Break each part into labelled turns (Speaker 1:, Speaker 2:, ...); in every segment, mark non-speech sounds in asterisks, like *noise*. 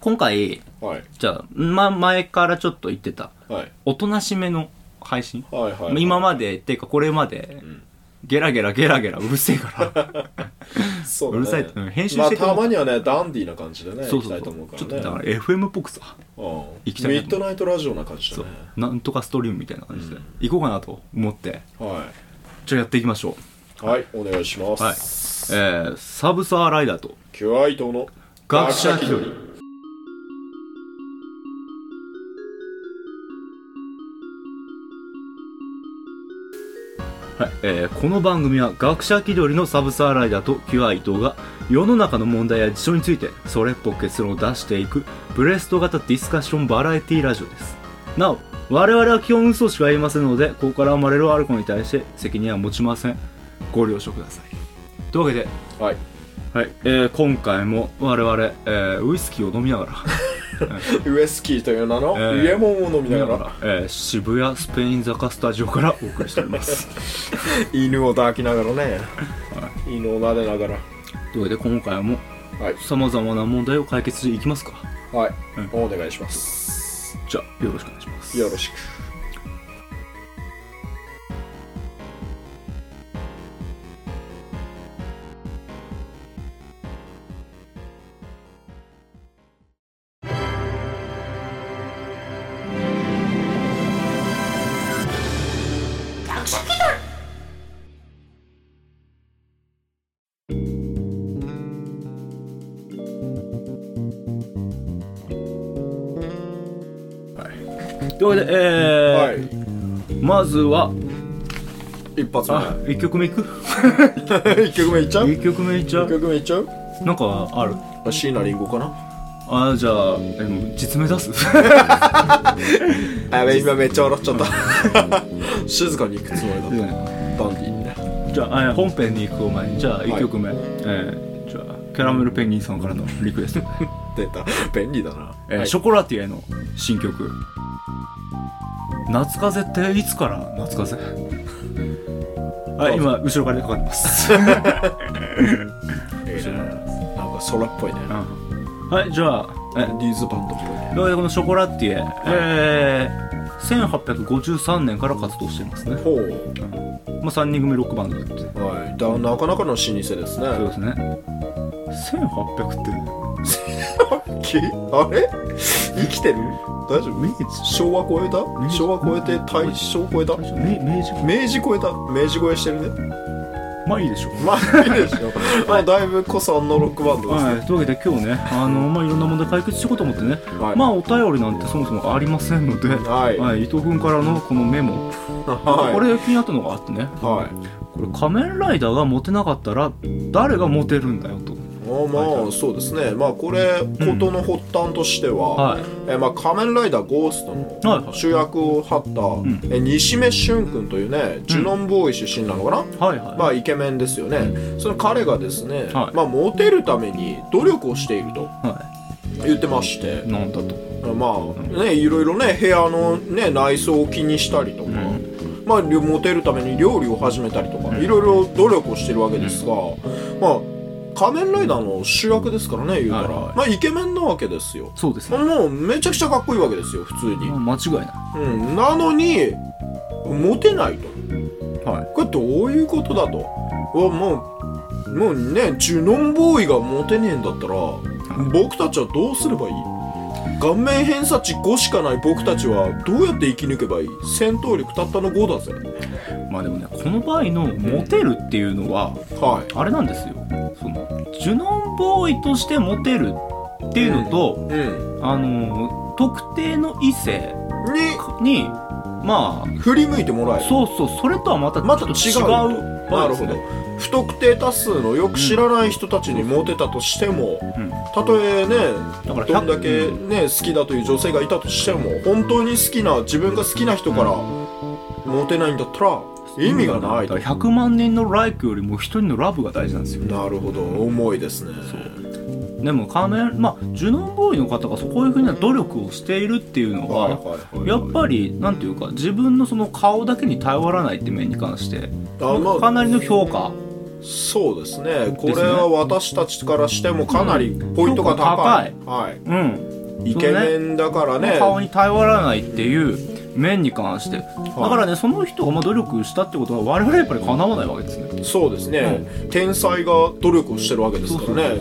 Speaker 1: 今回、
Speaker 2: はい
Speaker 1: じゃあ、ま、前からちょっと言ってた、
Speaker 2: はい
Speaker 1: おとなしめの配信、
Speaker 2: はいはいはい
Speaker 1: 今まで、っていうかこれまで、
Speaker 2: ん
Speaker 1: ゲラゲラゲラゲラうるせえ
Speaker 2: *laughs*
Speaker 1: から、
Speaker 2: そう
Speaker 1: うるさいうん編集
Speaker 2: ま
Speaker 1: し
Speaker 2: あ
Speaker 1: てても
Speaker 2: たまにはねダンディーな感じでね
Speaker 1: そ
Speaker 2: 行
Speaker 1: う
Speaker 2: き
Speaker 1: そ
Speaker 2: た
Speaker 1: う
Speaker 2: い
Speaker 1: そ
Speaker 2: と
Speaker 1: う
Speaker 2: 思うから
Speaker 1: ちょ
Speaker 2: ね
Speaker 1: っとだから FM っぽくさ、
Speaker 2: うん
Speaker 1: 行きたいな
Speaker 2: ミッドナイトラジオな感じだ
Speaker 1: そう
Speaker 2: ね
Speaker 1: なんとかストリームみたいな感じで、
Speaker 2: うん
Speaker 1: 行こうかなと思って
Speaker 2: は
Speaker 1: じゃあやっていきましょ
Speaker 2: いはいお願いしま
Speaker 1: うはい、え
Speaker 2: す
Speaker 1: ー、サブサーライダーと
Speaker 2: キュアイ島の
Speaker 1: 学者気取りはいえーこの番組は学者気取りのサブサーライダーとキュア伊藤が世の中の問題や事象についてそれっぽく結論を出していくブレスト型ディスカッションバラエティラジオですなお我々は基本嘘しか言いませんのでここから生まれるアルコに対して責任は持ちませんご了承くださいというわけで
Speaker 2: はい
Speaker 1: はい、えー今回も我々、えーウイスキーを飲みながら
Speaker 2: ウエスキーという名の
Speaker 1: えー
Speaker 2: イエモ *laughs* ンを飲みながら、
Speaker 1: えー渋谷スペイン坂スタジオから *laughs* お送りしております
Speaker 2: 犬を抱きながらね、犬を撫でながら
Speaker 1: というわけで今回も
Speaker 2: はい
Speaker 1: さまざまな問題を解決していきますか
Speaker 2: はい、
Speaker 1: う
Speaker 2: お願いします
Speaker 1: じゃあよろしくお願いします
Speaker 2: よろしく
Speaker 1: というわけで、えー
Speaker 2: はい
Speaker 1: まずは
Speaker 2: 一発
Speaker 1: あ一1曲目いく
Speaker 2: 目 *laughs* 一曲目いっちゃう一
Speaker 1: 1曲目いっちゃう
Speaker 2: 曲目いっちゃう
Speaker 1: なんかある
Speaker 2: あ椎名林檎かな
Speaker 1: あーじゃあ、えー実名出す
Speaker 2: あやべ今めっちゃ笑っちゃった静かに行くつもりだったダンディーにね
Speaker 1: *laughs* じゃあ、えー本編に行く前にじゃあ1曲目、えーじゃあキャラメルペンギンさんからのリクエスト
Speaker 2: 出た便利だな、
Speaker 1: えー
Speaker 2: はい
Speaker 1: ショコラティエの新曲「夏風」っていつから夏風 *laughs* あ
Speaker 2: どうぞ
Speaker 1: 今後ろからかかってます、
Speaker 2: いいねなんか空っぽいね
Speaker 1: うんはいじゃあえ
Speaker 2: リーズバンドっぽいね
Speaker 1: というわけでこのショコラティエ、えー1853年から活動してますね、
Speaker 2: ほう
Speaker 1: まあ、3人組ロックバンドだって
Speaker 2: はいだなかなかの老舗ですね
Speaker 1: そうですね1800って
Speaker 2: きあれ生きてる大丈夫
Speaker 1: 明治
Speaker 2: 昭和超えた
Speaker 1: 明治
Speaker 2: 昭和超えて大正超えた
Speaker 1: 明明治
Speaker 2: 明治超えた明治超えしてるね
Speaker 1: まあいいでしょう
Speaker 2: まあいいで *laughs* しょまあだいぶこそあのロックバンドですね
Speaker 1: はい、というわけで今日ねあの、まあ、いろんな問題解決しようと思ってね、
Speaker 2: はい
Speaker 1: まあお便りなんてそもそもありませんので、
Speaker 2: はい
Speaker 1: はい、伊藤君からのこのメモ、
Speaker 2: はい
Speaker 1: これ気になったのがあってね
Speaker 2: はい
Speaker 1: これ仮面ライダーがモテなかったら誰がモテるんだよと
Speaker 2: まあまあそうですねまあこれ事の発端としては、
Speaker 1: はい
Speaker 2: えまあ、仮面ライダーゴースト
Speaker 1: はいは
Speaker 2: の
Speaker 1: い
Speaker 2: 主役を張った、
Speaker 1: ん
Speaker 2: え西目俊君というねジュノンボーイ出身なのかな、
Speaker 1: はいはい、
Speaker 2: まあ、イケメンですよねその彼がですね、
Speaker 1: はい
Speaker 2: まあ、モテるために努力をしていると
Speaker 1: は
Speaker 2: 言ってまして
Speaker 1: い、なんだと
Speaker 2: まあねいろいろね部屋のね内装を気にしたりとか、まありょモテるために料理を始めたりとか、いろいろ努力をしてるわけですが、まあ仮面ライダーの主役ですからね言うた
Speaker 1: はい
Speaker 2: ら、
Speaker 1: はい
Speaker 2: まあイケメンなわけですよ
Speaker 1: そうですね、
Speaker 2: もうめちゃくちゃかっこいいわけですよ普通に、
Speaker 1: まあ、間違いな
Speaker 2: うん、なのにモテないと
Speaker 1: いはい
Speaker 2: これどういうことだとおもうもうねジュノンボーイがモテねえんだったら僕たちはどうすればいい顔面偏差値5しかない僕たちはどうやって生き抜けばいい戦闘力たったの5だぜ
Speaker 1: まあでもねこの場合のモテるっていうのは
Speaker 2: はい
Speaker 1: あれなんですよそのジュノンボーイとしてモテるっていうのと、
Speaker 2: うん
Speaker 1: あの特定の異性
Speaker 2: に
Speaker 1: にま
Speaker 2: 振り向いてもら
Speaker 1: あ
Speaker 2: える
Speaker 1: そうそうそれとはまた
Speaker 2: また違う
Speaker 1: ちょっと違う
Speaker 2: なるほど不特定多数のよく知らない人たちにモテたとしても
Speaker 1: うん
Speaker 2: たとえね
Speaker 1: だから
Speaker 2: どんだけね好きだという女性がいたとしても本当に好きな自分が好きな人からモテないんだったら意味がない
Speaker 1: だから100万人のライクよりも一人のラブが大事なんですよ
Speaker 2: なるほど重いですね
Speaker 1: でも仮面まあジュノンボーイの方がそうこういうふうな努力をしているっていうの
Speaker 2: はい
Speaker 1: は
Speaker 2: はいはい
Speaker 1: やっぱりなんていうか自分のその顔だけに頼らないって面に関してかなりの評価
Speaker 2: そうですね
Speaker 1: ね
Speaker 2: これは私たちからしてもかなりポイントが高い,、は
Speaker 1: うん
Speaker 2: い、イケメンだからね
Speaker 1: 顔に頼らないっていう面に関して、だからねその人がまあ努力したってことは我々はやっぱりかなわないわけですね
Speaker 2: そうですね、天才が努力をしてるわけですからね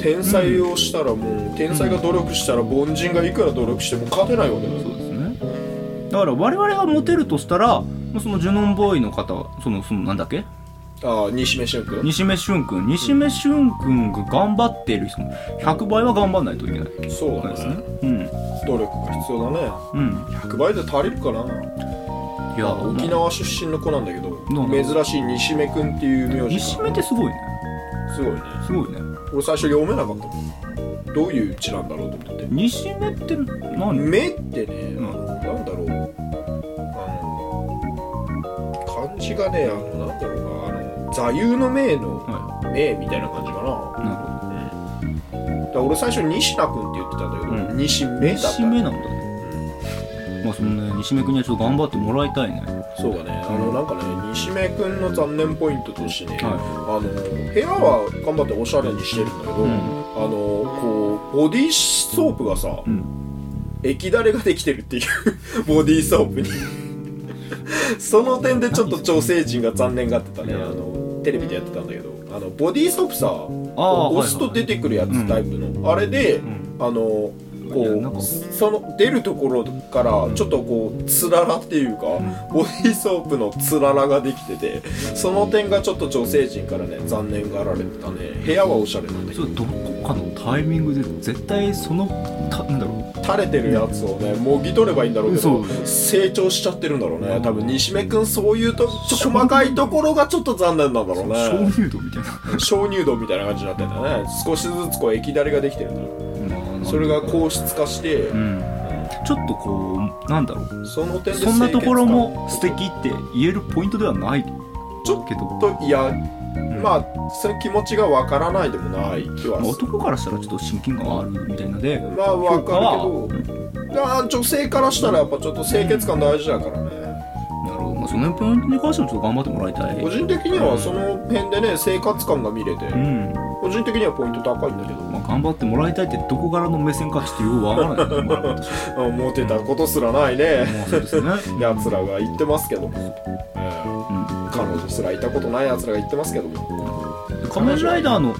Speaker 2: 天才をしたらもう天才が努力したら凡人がいくら努力しても勝てないわけです
Speaker 1: そうですねだから我々がモテるとしたらそのジュノンボーイの方はそのそのなんだっけ
Speaker 2: ああ西目俊君
Speaker 1: 西目俊君西目俊君が頑張っている人の100倍は頑張らないといけない
Speaker 2: そうだね
Speaker 1: ですねうん
Speaker 2: 努力が必要だね
Speaker 1: うん
Speaker 2: 100倍で足りるかない
Speaker 1: や
Speaker 2: 沖縄出身の子なんだけど
Speaker 1: どうな
Speaker 2: 珍しい西目君っていう名字
Speaker 1: 西
Speaker 2: が
Speaker 1: 目ってすごいね
Speaker 2: すごいね
Speaker 1: すごいね
Speaker 2: 俺最初読めなかったもんどういう字なんだろうと思って
Speaker 1: 西目って何
Speaker 2: 目ってね、
Speaker 1: うん
Speaker 2: なんだろうあの漢字がねあのなんだろうなあの座右の銘の
Speaker 1: は
Speaker 2: 銘みたいな感じかな、
Speaker 1: いなるほど
Speaker 2: だから俺最初西田君って言ってたんだけど、
Speaker 1: う
Speaker 2: 西目だった
Speaker 1: 西目なんだねまあそのね西目君にはちょっと頑張ってもらいたいね
Speaker 2: そうだねあのなんかね西目君の残念ポイントとしてね、
Speaker 1: は
Speaker 2: あの部屋は頑張っておしゃれにしてるんだけど、
Speaker 1: うん
Speaker 2: あのこうボディーソープがさ、
Speaker 1: うん
Speaker 2: 液だれができてるっていう *laughs* ボディーソープにその点でちょっと女性陣が残念がってたねあのテレビでやってたんだけどあのボディーソープさ
Speaker 1: ああ
Speaker 2: 押すと出てくるや
Speaker 1: うん
Speaker 2: つタイプの、あれで、あのこ
Speaker 1: いやなんか
Speaker 2: うその出るところからちょっとこうつららっていうか、ボディーソープのつららができててその点がちょっと女性陣からね残念がられてたね部屋はおしゃれなんだけ
Speaker 1: そ
Speaker 2: ど
Speaker 1: れどこかのタイミングで絶対そのたなんだろ
Speaker 2: 垂れてるやつをねもぎ取ればいいんだろうけど
Speaker 1: そ
Speaker 2: 成長しちゃってるんだろうね多分西目くんそういうとちょ細かいところがちょっと残念なんだろう
Speaker 1: う鍾
Speaker 2: ね
Speaker 1: 乳洞みたいな
Speaker 2: 鍾乳洞みたいな感じになってんだね少しずつこう液だれができてるんだよそれが
Speaker 1: う
Speaker 2: 硬質化して、
Speaker 1: んちょっとこうなんだろう
Speaker 2: その点で
Speaker 1: そんなところも素
Speaker 2: 清潔
Speaker 1: 敵って言えるポイントではない
Speaker 2: ちょっ
Speaker 1: けど
Speaker 2: 感といや
Speaker 1: うん
Speaker 2: まあそういう気持ちがわからないでもない気はする
Speaker 1: 男からしたらちょっと親近感があるみたいなので
Speaker 2: まあわか
Speaker 1: 評価
Speaker 2: るけどあー女性からしたらやっぱちょっと清潔感大事だからね
Speaker 1: なるほど、まあ、そのポイントに関してもちょっと頑張ってもらいたい
Speaker 2: 個人的にはその辺でね生活感が見れて
Speaker 1: うん
Speaker 2: 個人的にはポイント高いんだけど
Speaker 1: まあ、頑張ってもらいたいってどこからの目線かしてよくわからない、まあ私
Speaker 2: あモテたことすらないね
Speaker 1: まあ、そうですね、
Speaker 2: 奴らが言ってますけども、えー
Speaker 1: うん
Speaker 2: 彼女すらいたことない奴らが言ってますけども
Speaker 1: 仮面ライダーの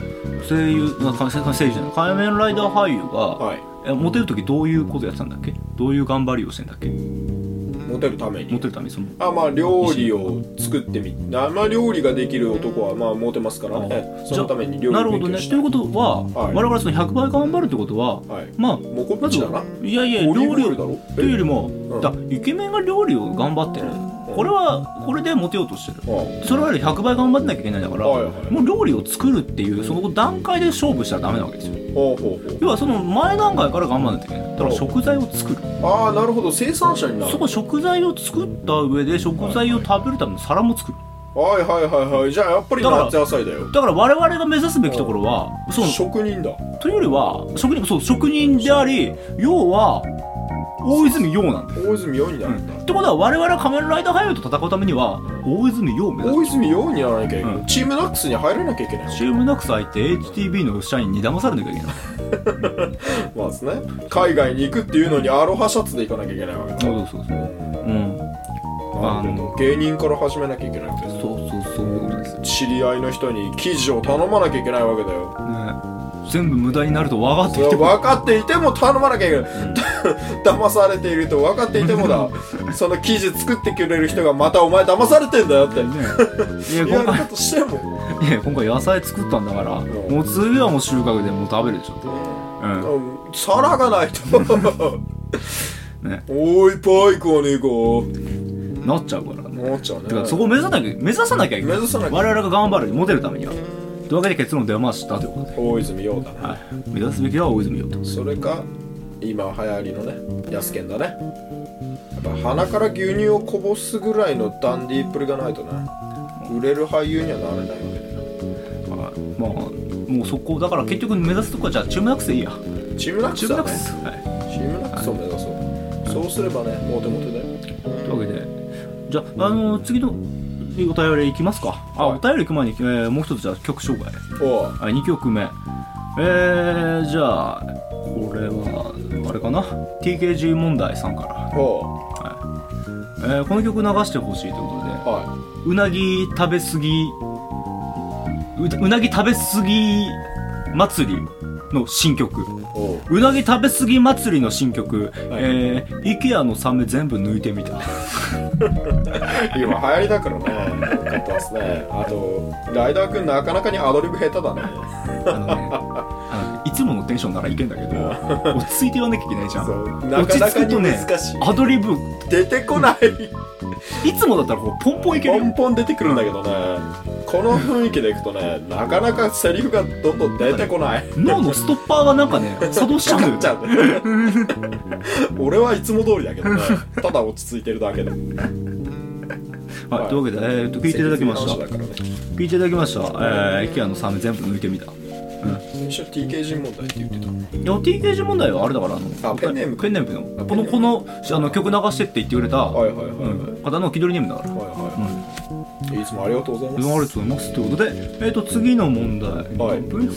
Speaker 1: 声優あ仮面声優じゃない仮面ライダー俳優が、
Speaker 2: はい
Speaker 1: えモテる時どういうことやってたんだっけどういう頑張りをしてんだっけモ
Speaker 2: モテるために
Speaker 1: テるためにその
Speaker 2: あまあ料理を作ってみあまあ料理ができる男はまあモテますからねそのために料理
Speaker 1: な
Speaker 2: を
Speaker 1: るほ
Speaker 2: 勉
Speaker 1: ど
Speaker 2: 強
Speaker 1: ね
Speaker 2: し
Speaker 1: ということは、
Speaker 2: はい
Speaker 1: 我々その100倍頑張るってことは
Speaker 2: たはい
Speaker 1: まあ
Speaker 2: もこっちだない
Speaker 1: やいや
Speaker 2: オリー
Speaker 1: 料理
Speaker 2: ブオイ
Speaker 1: を
Speaker 2: ルだろ
Speaker 1: というよりも、
Speaker 2: ん
Speaker 1: だイケメンが料理を頑張ってる、
Speaker 2: うん
Speaker 1: これはこれでモテようとしてる
Speaker 2: あ
Speaker 1: それより100倍頑張んなきゃいけないんだから、
Speaker 2: はいはい
Speaker 1: もう料理を作るっていうその段階で勝負したらダメなわけですよ
Speaker 2: ほうほう
Speaker 1: 要はその前段階から頑張らないといけないだから食材を作る
Speaker 2: ほうああなるほど生産者になる
Speaker 1: そこ食材を作った上で食材を食べるための皿も作る
Speaker 2: はいはいはいはいじゃあやっぱり
Speaker 1: だから
Speaker 2: 夏野菜だよ
Speaker 1: だから我々が目指すべきところはそう
Speaker 2: 職人だ
Speaker 1: というよりは職人そう職人であり要は大泉洋なんだよ
Speaker 2: 大泉洋になるんだ
Speaker 1: ってことは我々は仮面ライダー俳優と戦うためには大泉洋を目指
Speaker 2: 大
Speaker 1: す
Speaker 2: 泉洋にならなきゃいけな
Speaker 1: う
Speaker 2: いチームナックスに入らなきゃいけない
Speaker 1: チームナックス相手 HTB の社員に騙されなきゃいけない
Speaker 2: まあですね海外に行くっていうのにアロハシャツで行かなきゃいけないわけだ
Speaker 1: そうそうそうそううん
Speaker 2: なるほど芸人から始めなきゃいけないわけ
Speaker 1: そ
Speaker 2: で
Speaker 1: うそうそういうことですよね
Speaker 2: す知り合いの人に記事を頼まなきゃいけないわけだよ
Speaker 1: 全部無駄になると分かって
Speaker 2: そ
Speaker 1: き
Speaker 2: れ
Speaker 1: て
Speaker 2: は
Speaker 1: も
Speaker 2: 分かっていても頼まなきゃいけない、 *laughs* 騙されていると分かっていて
Speaker 1: *laughs*
Speaker 2: もだその記事作ってくれる人がまたお前騙されてんだよって
Speaker 1: ねいや
Speaker 2: 言わ
Speaker 1: 今回
Speaker 2: れたとしても
Speaker 1: いや今回野菜作ったんだからもう次はもう収穫でもう食べるでしょってうん
Speaker 2: うん皿がないと
Speaker 1: *laughs* ね
Speaker 2: おいパイクはねえか
Speaker 1: なっちゃうからね。
Speaker 2: 思っちゃうね
Speaker 1: てかそこを目指さなきゃ目指さなきゃいけない。
Speaker 2: 目指さなきゃ
Speaker 1: 我々が頑張るモテるためには。というわけで結論出ましたということで。
Speaker 2: 大泉洋だな
Speaker 1: はい。目指すべきは大泉洋と。
Speaker 2: それか今流行りのね安健だねやっぱ鼻から牛乳をこぼすぐらいのダンディーっぷりがないとね売れる俳優にはなれないわけ
Speaker 1: はいまあもうそこだから結局目指すとこはじゃあチームナックスでいいや。
Speaker 2: だチームナック
Speaker 1: チ
Speaker 2: ス
Speaker 1: ームナ
Speaker 2: だ
Speaker 1: ック
Speaker 2: ね
Speaker 1: ス。はい。
Speaker 2: チームナックスを目指そう、そうすればねモテモテだよ
Speaker 1: というわけでじゃああの次のお便りいきますかあ、
Speaker 2: はい
Speaker 1: お便り行く前に、えーもう一つじゃあ曲紹介
Speaker 2: おう
Speaker 1: あ2曲目えー、じゃあこれはあれかな TKG 問題さんか
Speaker 2: おう
Speaker 1: ら、えーこの曲流してほしいということで
Speaker 2: は
Speaker 1: うなぎ食べ過ぎううなぎ食べ過ぎ祭りの新曲
Speaker 2: いおう
Speaker 1: うなぎ食べ過ぎ祭りの新曲、
Speaker 2: はい
Speaker 1: えー、IKEA のサメ全部抜いてみ
Speaker 2: *laughs*
Speaker 1: た
Speaker 2: 今流行りだから *laughs* ねよかったですねあとライダーくんなかなかにアドリブ下手だね *laughs*
Speaker 1: あのねあのいつものテンションならいけんだけど落ち着いて言わなきゃいけないじゃ
Speaker 2: そ
Speaker 1: ん
Speaker 2: うなかなかに難しい、
Speaker 1: アドリブ
Speaker 2: 出てこない
Speaker 1: いつもだったらこうポンポンいける
Speaker 2: ポ
Speaker 1: よ
Speaker 2: ンポン出てくるんだけどねこの雰囲気でいくとねなかなかセリフがどんどん出てこ *laughs* ない
Speaker 1: 脳のストッパーがなんか
Speaker 2: *laughs*
Speaker 1: ね作動しちゃう
Speaker 2: かか
Speaker 1: ん
Speaker 2: っち
Speaker 1: だ
Speaker 2: ゃ
Speaker 1: よ
Speaker 2: う *laughs* 俺はいつも通りだけどねた *laughs* だ落ち着いてるだけで
Speaker 1: はい、というわけで、えー、と聞いていただきました
Speaker 2: 切実な話だからね
Speaker 1: 聞いていただきました、えー、IKEA のサメ全部抜いてみた
Speaker 2: 最初 TKG 問題って言って
Speaker 1: いや TKG 問題はあれだからあの
Speaker 2: あペンネームか
Speaker 1: ペンネームの
Speaker 2: あ
Speaker 1: この
Speaker 2: ペ
Speaker 1: こ
Speaker 2: ンネ
Speaker 1: のあの曲流してって言ってくれた、
Speaker 2: たはいはいはいはい、
Speaker 1: うん、方の気取りネームだから、
Speaker 2: は
Speaker 1: うん、
Speaker 2: いはいいつもありがとうございます
Speaker 1: ありがとうございますということでえっ、と次の問題
Speaker 2: はい
Speaker 1: 何分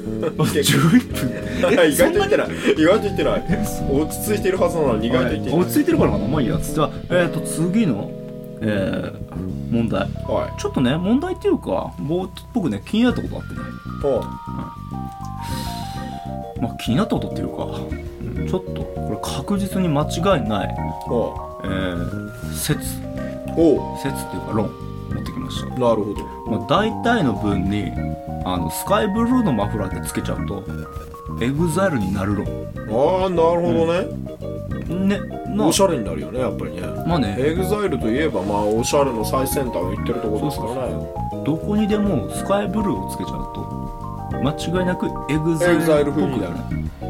Speaker 1: 11分
Speaker 2: *laughs* 意外と言って
Speaker 1: い
Speaker 2: ない意外と言ってない落ち着いてるはずなのに意外と言っていない
Speaker 1: 落ち着いてるからかなまあいいやじゃあえっ、と次のえー、問題
Speaker 2: は
Speaker 1: ちょっとね問題っていうかもう僕ね気になったことあってね
Speaker 2: いほ
Speaker 1: まあ気になったことっていうかうんちょっとこれ確実に間違いない、
Speaker 2: うほ
Speaker 1: えー、説
Speaker 2: うほ
Speaker 1: 説っていうか論持ってきました、
Speaker 2: うなるほど
Speaker 1: まあ、大体の分にあのスカイブルーのマフラーでつけちゃうとエグザイルになる論
Speaker 2: ああなるほどね、
Speaker 1: ねな
Speaker 2: おしゃれになるよねやっぱりね
Speaker 1: まあね
Speaker 2: エグザイルといえばまあおしゃれの最先端を言ってるところですからね
Speaker 1: どこにでもスカイブルーをつけちゃうと間違いなくエグザイルっぽくなるう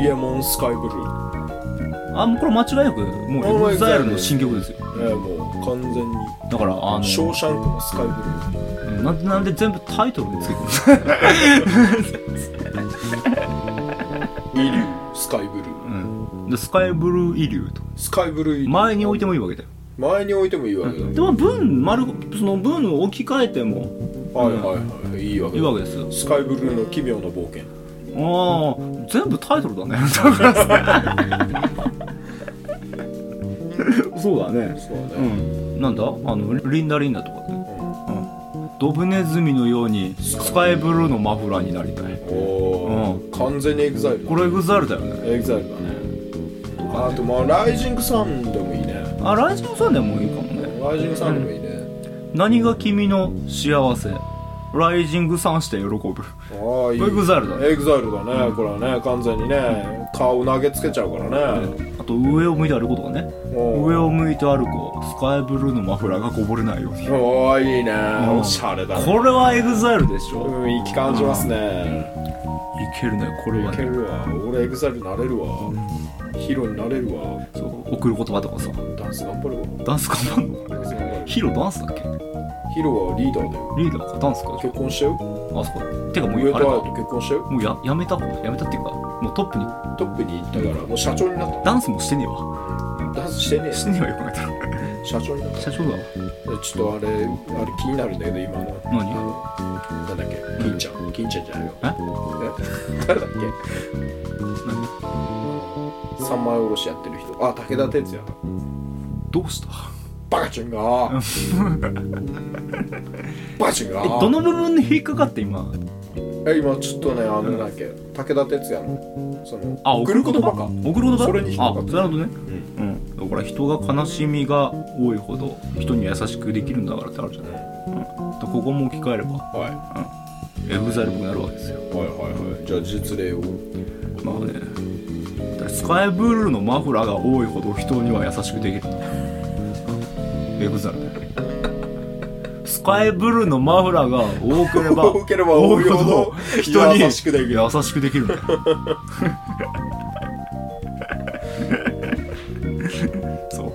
Speaker 1: ん
Speaker 2: イエモンスカイブルー
Speaker 1: あもうこれ間違いなくもうエグザイルの新曲ですよ
Speaker 2: えー、もう完全に
Speaker 1: だからあの
Speaker 2: ショーシャンクのスカイブルー
Speaker 1: うんなんでなんで全部タイトルでつけてるの
Speaker 2: イリュースカイブルー
Speaker 1: *laughs* うん、でスカイブルーイリューと
Speaker 2: スカイブルーイリュー
Speaker 1: 前に置いてもいいわけだよ、
Speaker 2: 前に置いてもいいわけだ、
Speaker 1: でも文丸ごその文を置き換えても
Speaker 2: はいはいはいいいわ
Speaker 1: い
Speaker 2: け
Speaker 1: い
Speaker 2: だ
Speaker 1: わけですよ
Speaker 2: スカイブルーの奇妙な冒険
Speaker 1: ああ全部タイトルだね *laughs* だからさ *laughs* そうだね
Speaker 2: そうだ
Speaker 1: う
Speaker 2: ね、
Speaker 1: んなんだあのリンダリンダとかって、うん、ドブネズミのようにスカイブルーのマフラーになりたい
Speaker 2: おお、
Speaker 1: う
Speaker 2: 完全にエグザイルだ
Speaker 1: これエグザイルだよね
Speaker 2: エグザイルだねあとまあライジングサンでもいいね
Speaker 1: あライジングサンデーもいいかもね
Speaker 2: ライジングサンでもいいね、
Speaker 1: 何が君の幸せライジングサンして喜ぶ
Speaker 2: ああいい
Speaker 1: エグザイルだね
Speaker 2: エグザイルだね、これはね完全にね顔投げつけちゃうからね、
Speaker 1: あと上を向いて歩くとかね
Speaker 2: お
Speaker 1: 上を向いて歩こうスカイブルーのマフラーがこぼれないように
Speaker 2: おおいいね
Speaker 1: ん
Speaker 2: おしゃれだね
Speaker 1: これはエグザイルでしょ
Speaker 2: うん息感じますね
Speaker 1: いけるねこれはい
Speaker 2: け
Speaker 1: ね
Speaker 2: るわ俺エグザイルなれるわヒーローになれるわ
Speaker 1: そう送る言葉とかさ
Speaker 2: ダンス頑張るわ
Speaker 1: ダンス頑張んの
Speaker 2: ダンス頑張る
Speaker 1: ヒロダンスだっけ
Speaker 2: ヒーローはリーダーだよ
Speaker 1: リーダーかダンスか
Speaker 2: 結婚しちゃう
Speaker 1: あそこてかもう
Speaker 2: 上
Speaker 1: あれ
Speaker 2: とア
Speaker 1: か
Speaker 2: と結婚しちゃう
Speaker 1: もうややめたかやめたっていうかもうトップに
Speaker 2: トップに行ったからもう社長になっ
Speaker 1: ダンスもしてねえわ
Speaker 2: たダンスしてね
Speaker 1: してねえわよく考えたら
Speaker 2: え社長になっ
Speaker 1: 社長だわ
Speaker 2: たでちょっとあれあれ気になるんだけど今の
Speaker 1: 何
Speaker 2: あのなんだっけ金ちゃん金ちゃんじゃないよえ *laughs* 誰だっけ三枚おろしやってる人あ武田鉄矢だ
Speaker 1: どうした
Speaker 2: バカチュンが *laughs* バカチュンが
Speaker 1: えどの部分に引っかかって今
Speaker 2: え今ちょっとねあのなんだっけ武田鉄矢のその
Speaker 1: あ
Speaker 2: 送る言葉か
Speaker 1: 送る言葉
Speaker 2: それに引っかか
Speaker 1: あ
Speaker 2: った
Speaker 1: なるほどねうん、だから人が悲しみが多いほど人には優しくできるんだからってあるじゃない、うん、とここも置き換えれば
Speaker 2: はい
Speaker 1: エグザイルっぽくなるわけですよ
Speaker 2: はいはいはいじゃあ実例を
Speaker 1: まあねだからスカイブルーのマフラーが多いほど人には優しくできる、うん、エグザイルだよスカイブルーのマフラーが多ければ
Speaker 2: 多ければ多いほど
Speaker 1: 人に
Speaker 2: 優しくできる
Speaker 1: 優しくできるんだよ *laughs* そう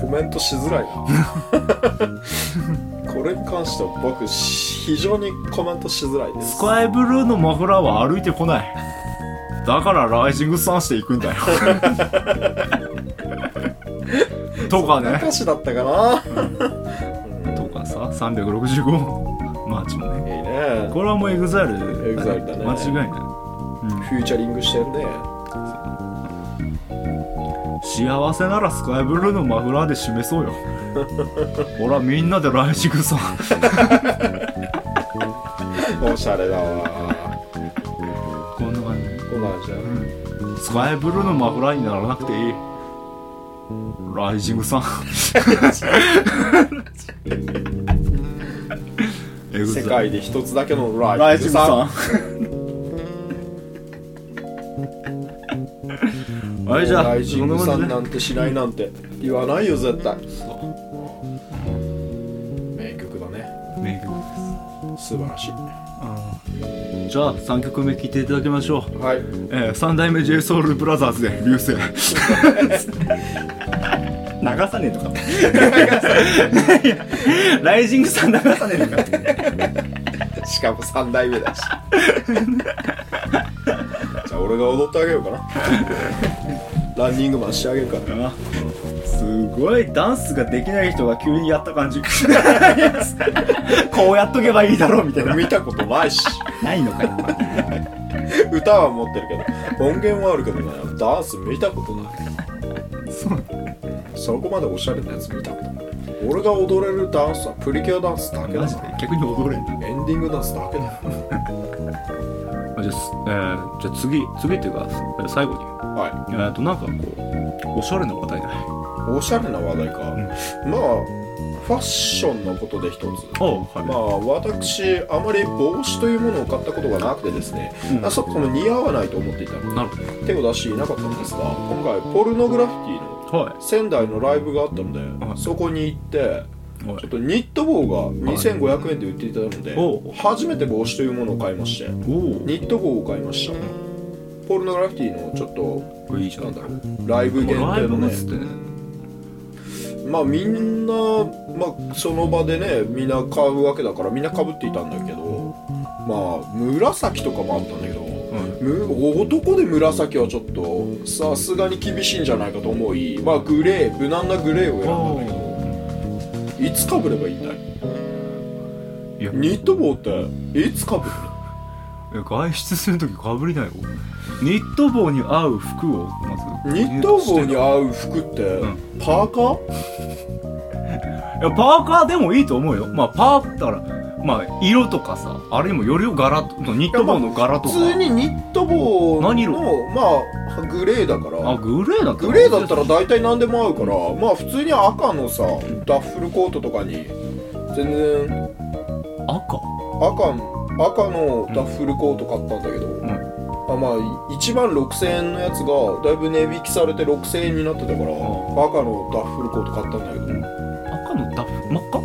Speaker 2: コメントしづらい *laughs* なこれに関しては僕非常にコメントしづらいです
Speaker 1: スカイブルーのマフラーは歩いてこないだからライジングサンしていくんだよとかね
Speaker 2: 歌詞だったかな
Speaker 1: とか365マーチもね
Speaker 2: いいね
Speaker 1: これはもう EXILE だ
Speaker 2: EXILE だね
Speaker 1: 間違いない、うん
Speaker 2: フューチャリングしてるね
Speaker 1: 幸せならスカイブルーのマフラーで示そう
Speaker 2: *laughs*
Speaker 1: よほらみんなで来週さ
Speaker 2: おしゃれだわ
Speaker 1: こんな感じ
Speaker 2: こんな感じだ
Speaker 1: スカイブルーのマフラーにならなくていい。ライジングさん。エグザ
Speaker 2: 世界で一つだけの
Speaker 1: ラ
Speaker 2: ライ
Speaker 1: イジン
Speaker 2: ジ
Speaker 1: グ
Speaker 2: ンさん
Speaker 1: *laughs* さん。あれじゃあ、
Speaker 2: ライジングさん
Speaker 1: そ
Speaker 2: なんてしないなんて言わないよ絶対
Speaker 1: そ
Speaker 2: 名曲だね
Speaker 1: う名曲です
Speaker 2: 素晴らしい
Speaker 1: うん。じゃあ3曲目聴いていただきましょう、
Speaker 2: はい
Speaker 1: えー、3代目 JSOULBROTHERS で「 *laughs* 流星」流さねえとか *laughs* ライジングさん流さねえとか
Speaker 2: *laughs* しかも3代目だしじゃあ俺が踊ってあげようかなランニングマンしてあげるから
Speaker 1: あすごいダンスができない人が急にやった感じ *laughs* こうやっとけばいいだろうみたいな
Speaker 2: 見たことないし
Speaker 1: ないのかよ
Speaker 2: 歌は持ってるけど音源はあるけどねダンス見たことない
Speaker 1: そう
Speaker 2: そこまでおしゃれなやつ見たことない俺が踊れるダンスはプリキュアダンスだけだ
Speaker 1: マジで逆に踊れんだ
Speaker 2: エンディングダンスだけだよ
Speaker 1: じゃあ,す、えーじゃあ次次っていうかえー最後に
Speaker 2: は
Speaker 1: えー、となんかこうおしゃれな話題ない
Speaker 2: いおしゃれな話題か、
Speaker 1: ん
Speaker 2: まあファッションのことで一つ
Speaker 1: おはい
Speaker 2: まあ私あまり帽子というものを買ったことがなくてですね、
Speaker 1: うん
Speaker 2: あそこも似合わないと思っていたの
Speaker 1: なるほ
Speaker 2: 手を出していなかったんですが今回ポルノグラフィティの
Speaker 1: どはい
Speaker 2: 仙台のライブがあったので、
Speaker 1: はい
Speaker 2: そこに行って
Speaker 1: お
Speaker 2: ちょっとニット帽が2500円で売っていたので、
Speaker 1: おう
Speaker 2: 初めて帽子というものを買いまして
Speaker 1: い
Speaker 2: ニット帽を買いましたポルノグラフィティのちょっと
Speaker 1: おいいじゃん
Speaker 2: なんだろうライブ限
Speaker 1: ライ
Speaker 2: 定
Speaker 1: ブの
Speaker 2: のね
Speaker 1: やつってね
Speaker 2: まあみんな、まあ、その場でねみんな買うわけだからみんなかぶっていたんだけどまあ紫とかもあったんだけど
Speaker 1: うん
Speaker 2: む男で紫はちょっとさすがに厳しいんじゃないかと思いまあグレー無難なグレーを選んだんだけどいつかぶればいいんだい
Speaker 1: いや
Speaker 2: ニット帽っていつかぶる
Speaker 1: え外出するときかぶりないよニット帽に合う服をまず
Speaker 2: ニット帽に合う服って、
Speaker 1: ん
Speaker 2: パーカー
Speaker 1: いやパーカーでもいいと思うよまあパーだからまあ色とかさあれにもよりよ柄とニット帽の柄とか、
Speaker 2: 普通にニット帽の
Speaker 1: 何色
Speaker 2: まあグレーだから
Speaker 1: あグレーだった
Speaker 2: グレーだったら大体何でも合うからまあ普通に赤のさダッフルコートとかに全然
Speaker 1: 赤
Speaker 2: 赤赤のダッフルコート買ったんだけど、
Speaker 1: ん
Speaker 2: あまあ1万6000円のやつがだいぶ値引きされて6000円になってたから、赤のダッフルコート買ったんだけど、
Speaker 1: 赤のダフ真っ赤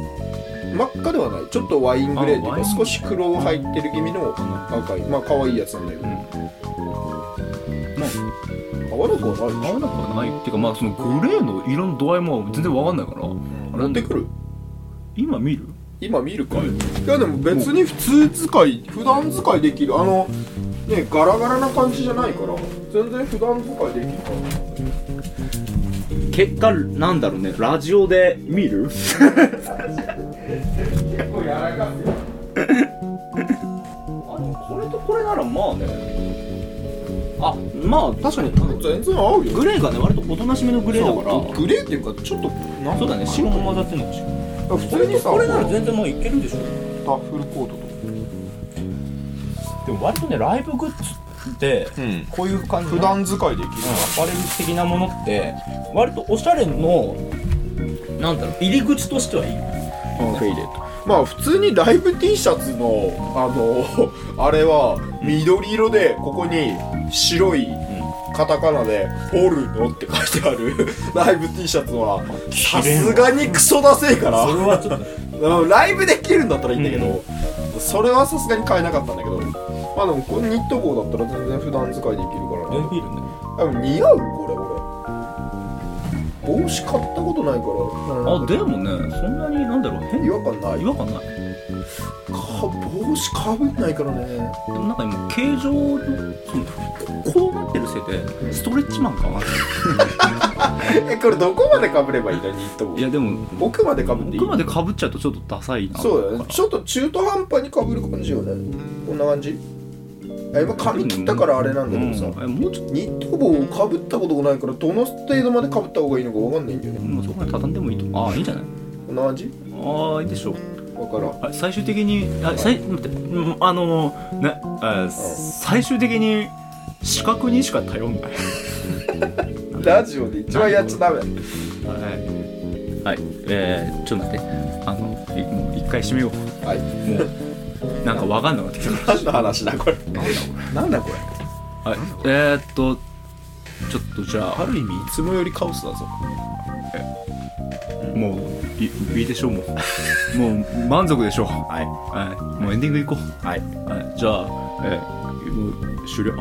Speaker 2: 真っ赤ではないちょっとワイングレーっていう
Speaker 1: あワイ
Speaker 2: か
Speaker 1: ン
Speaker 2: 少し黒を入ってる気味の
Speaker 1: あ
Speaker 2: 赤いまあ可愛いやつなんだけど
Speaker 1: の
Speaker 2: 合わなくは
Speaker 1: うん
Speaker 2: ない
Speaker 1: 合わなくはないっていうかまあそのグレーの色の度合いも全然わかんないからあれな
Speaker 2: 持っ
Speaker 1: ん
Speaker 2: て
Speaker 1: で
Speaker 2: くる
Speaker 1: 今見る
Speaker 2: 今見るかい、いやでも別に普通使い普段使いできるあのねガラガラな感じじゃないから全然普段使いできるから
Speaker 1: 結果なんだろうねラジオで見る
Speaker 2: 結構柔らかくて
Speaker 1: あこれとこれならまあねあまあ確かに
Speaker 2: 全然合うよ
Speaker 1: グレーがね割とおとなしめのグレーだから
Speaker 2: そうグレーっていうかちょっとなん
Speaker 1: そうだね白も混ざってんのかしら
Speaker 2: 普通にさ
Speaker 1: これなら全然もういけるでしょ
Speaker 2: タッフルコートとか
Speaker 1: でも割とねライブグッズって
Speaker 2: うん
Speaker 1: こういう感じの
Speaker 2: 普段使いできる
Speaker 1: うんアパレル的なものって割とおしゃれのなんだろう入り口としてはいい
Speaker 2: フェイレとまあ普通にライブ T シャツのあの *laughs* あれは緑色でここに白いカタカナで「ポルノ」って書いてある *laughs* ライブ T シャツはさすがにクソダセえから
Speaker 1: それはちょっと
Speaker 2: うんライブできるんだったらいいんだけど、それはさすがに買えなかったんだけどまあでもこのニット帽だったら全然普段使いできるからね
Speaker 1: ルビールね
Speaker 2: 多分似合うこれ俺帽子買ったことないから
Speaker 1: あでもねそんなになんだろう変
Speaker 2: 違和感ない
Speaker 1: 違和感ない
Speaker 2: か帽帽子かぶんないからね
Speaker 1: でもなんか今形状のそのここうなってるせいでストレッチマンかな
Speaker 2: えこれどこまでかぶればいいのニット帽
Speaker 1: いやでも
Speaker 2: 奥までかぶっていい
Speaker 1: 奥までかぶっちゃうとちょっとダサいな
Speaker 2: そうだねちょっと中途半端にかぶる感じよねこんな感じあ今髪切ったからあれなんだけどさ
Speaker 1: うんえもうちょっ
Speaker 2: ニット帽をかぶったことがないからどの程度までかぶった方がいいのかわかんないんだよ
Speaker 1: と
Speaker 2: ね
Speaker 1: もうそこまで畳んでもいいとああいいんじゃない
Speaker 2: こんな感じ
Speaker 1: ああいいでしょう
Speaker 2: わからん
Speaker 1: あ最終的にあ最待ってうんあのねあ最終的に視覚にしか頼んない
Speaker 2: ラジオで一番やっちゃダメ
Speaker 1: はい、はい、えー、ちょっと待ってあのえもう一回締めよう
Speaker 2: はい
Speaker 1: もうなんかわかんなかったけど
Speaker 2: 何の話だこれなんだこれ
Speaker 1: はいえー、っとちょっとじゃ
Speaker 2: ある意味いつもよりカオスだぞ
Speaker 1: あもういいいでしょうもう *laughs* もう満足でしょう
Speaker 2: はい
Speaker 1: はいもうエンディングいこう
Speaker 2: はい
Speaker 1: はいじゃあえー、もう終了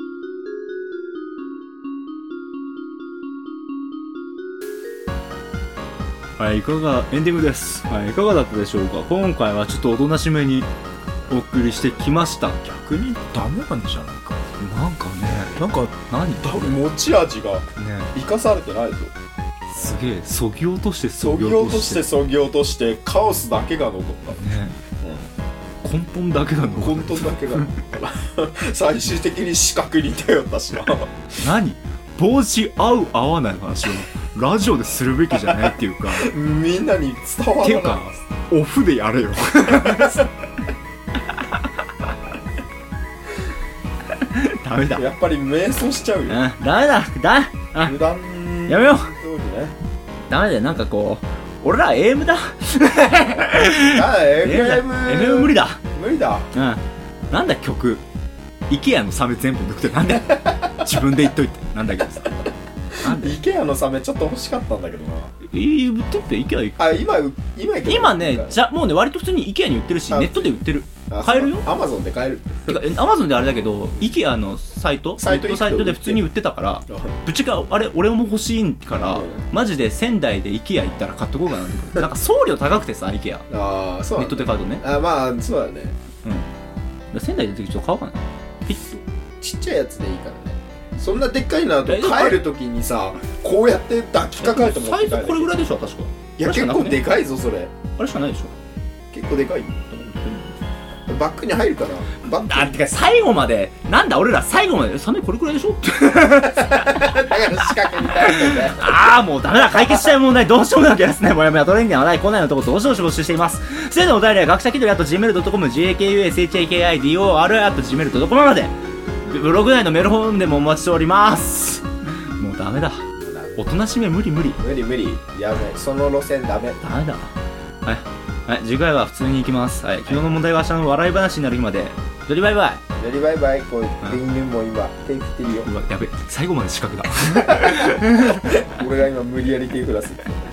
Speaker 1: *laughs* はい、いかが、エンディングです。はい、いかがだったでしょうか今回はちょっとおとなしめにお送りしてきました。
Speaker 2: 逆にダメなんじゃないか
Speaker 1: なんかね、
Speaker 2: なんか
Speaker 1: 何
Speaker 2: 多分持ち味が
Speaker 1: ね
Speaker 2: 生かされてないぞ
Speaker 1: すげえそぎ落としてそ
Speaker 2: そぎ落としてそぎ落としてカオスだけが残った
Speaker 1: ね根本だけが残
Speaker 2: 混
Speaker 1: る
Speaker 2: 沌だけが残った最終的に視覚に頼ったしな
Speaker 1: 何帽子合う合わないの話をラジオでするべきじゃないっていう *laughs* か
Speaker 2: みんなに伝わ
Speaker 1: っていう
Speaker 2: ら
Speaker 1: か
Speaker 2: ない
Speaker 1: オフでやれ *laughs* よダメだね
Speaker 2: やっぱり迷走しちゃうよ
Speaker 1: ダメだだあ
Speaker 2: 無断
Speaker 1: やめよう
Speaker 2: 通りね
Speaker 1: ダメだよなんかこう俺ら AM だ
Speaker 2: あ
Speaker 1: AM
Speaker 2: FM
Speaker 1: だ AM 無理だ
Speaker 2: 無理だ
Speaker 1: うんなんだ曲 IKEA のサメ全部抜くってなん
Speaker 2: *laughs*
Speaker 1: だよ自分で言っといてなんだけどさなんだよ
Speaker 2: IKEA のサメちょっと欲しかったんだけどない
Speaker 1: い売ってるって IKEA 行く
Speaker 2: あ今う今行けば
Speaker 1: 今ねじゃもうね割と普通に IKEA に売ってるし
Speaker 2: あ
Speaker 1: ネットで売ってる
Speaker 2: あ
Speaker 1: 買えるよ
Speaker 2: アマゾンで買える
Speaker 1: てかえ Amazon であれだけど IKEA のサイト
Speaker 2: サイト
Speaker 1: ネットサイトで普通に売ってたからぶっちゃけあれ俺も欲しいから
Speaker 2: うん
Speaker 1: マジで仙台で IKEA 行ったら買っとこうかなってなんか送料高くてさ IKEA
Speaker 2: ああそう
Speaker 1: ネ
Speaker 2: な
Speaker 1: ッ
Speaker 2: ん
Speaker 1: ト
Speaker 2: だ
Speaker 1: で買うとね
Speaker 2: あまあそうだね
Speaker 1: うん仙台でちょっと買おうかなピッと
Speaker 2: ちっちゃいやつでいいからねそんなでっかいなと
Speaker 1: えでも
Speaker 2: 帰るときにさこうやって抱きかかえても
Speaker 1: サイズこれぐらい
Speaker 2: い
Speaker 1: でしょ確か
Speaker 2: いや
Speaker 1: これしかな
Speaker 2: 結
Speaker 1: くね
Speaker 2: 構でかいぞそれ
Speaker 1: あれしかないでしょ
Speaker 2: 結構でかいよバッグに入るかなバッ
Speaker 1: あてか最後までなんだ俺ら最後までえサメこれくらいでしょ
Speaker 2: グだから仕掛けみたいなんだよね
Speaker 1: ああもうダメだ解決したい問題どうしようもなきゃですねもやもやトレンディの話題コーナーのとこどうしようし募集していますすべてのお便りは学者気取りあと gmail.com gakushakidor あと gmail.com までブログ内のメールフォームでもお待ちしておりますもうダメだおとなしめ無理無理
Speaker 2: 無理無理やめその路線ダメ
Speaker 1: ダメだはいはい次回は普通に行きますはい昨日の問題は明日の笑い話になる日までドリバイバイ
Speaker 2: よりバイバイこう
Speaker 1: うん
Speaker 2: 電源も今手振ってるよ
Speaker 1: うわやべ最後まで資格だ
Speaker 2: 俺が今無理やり手振らせて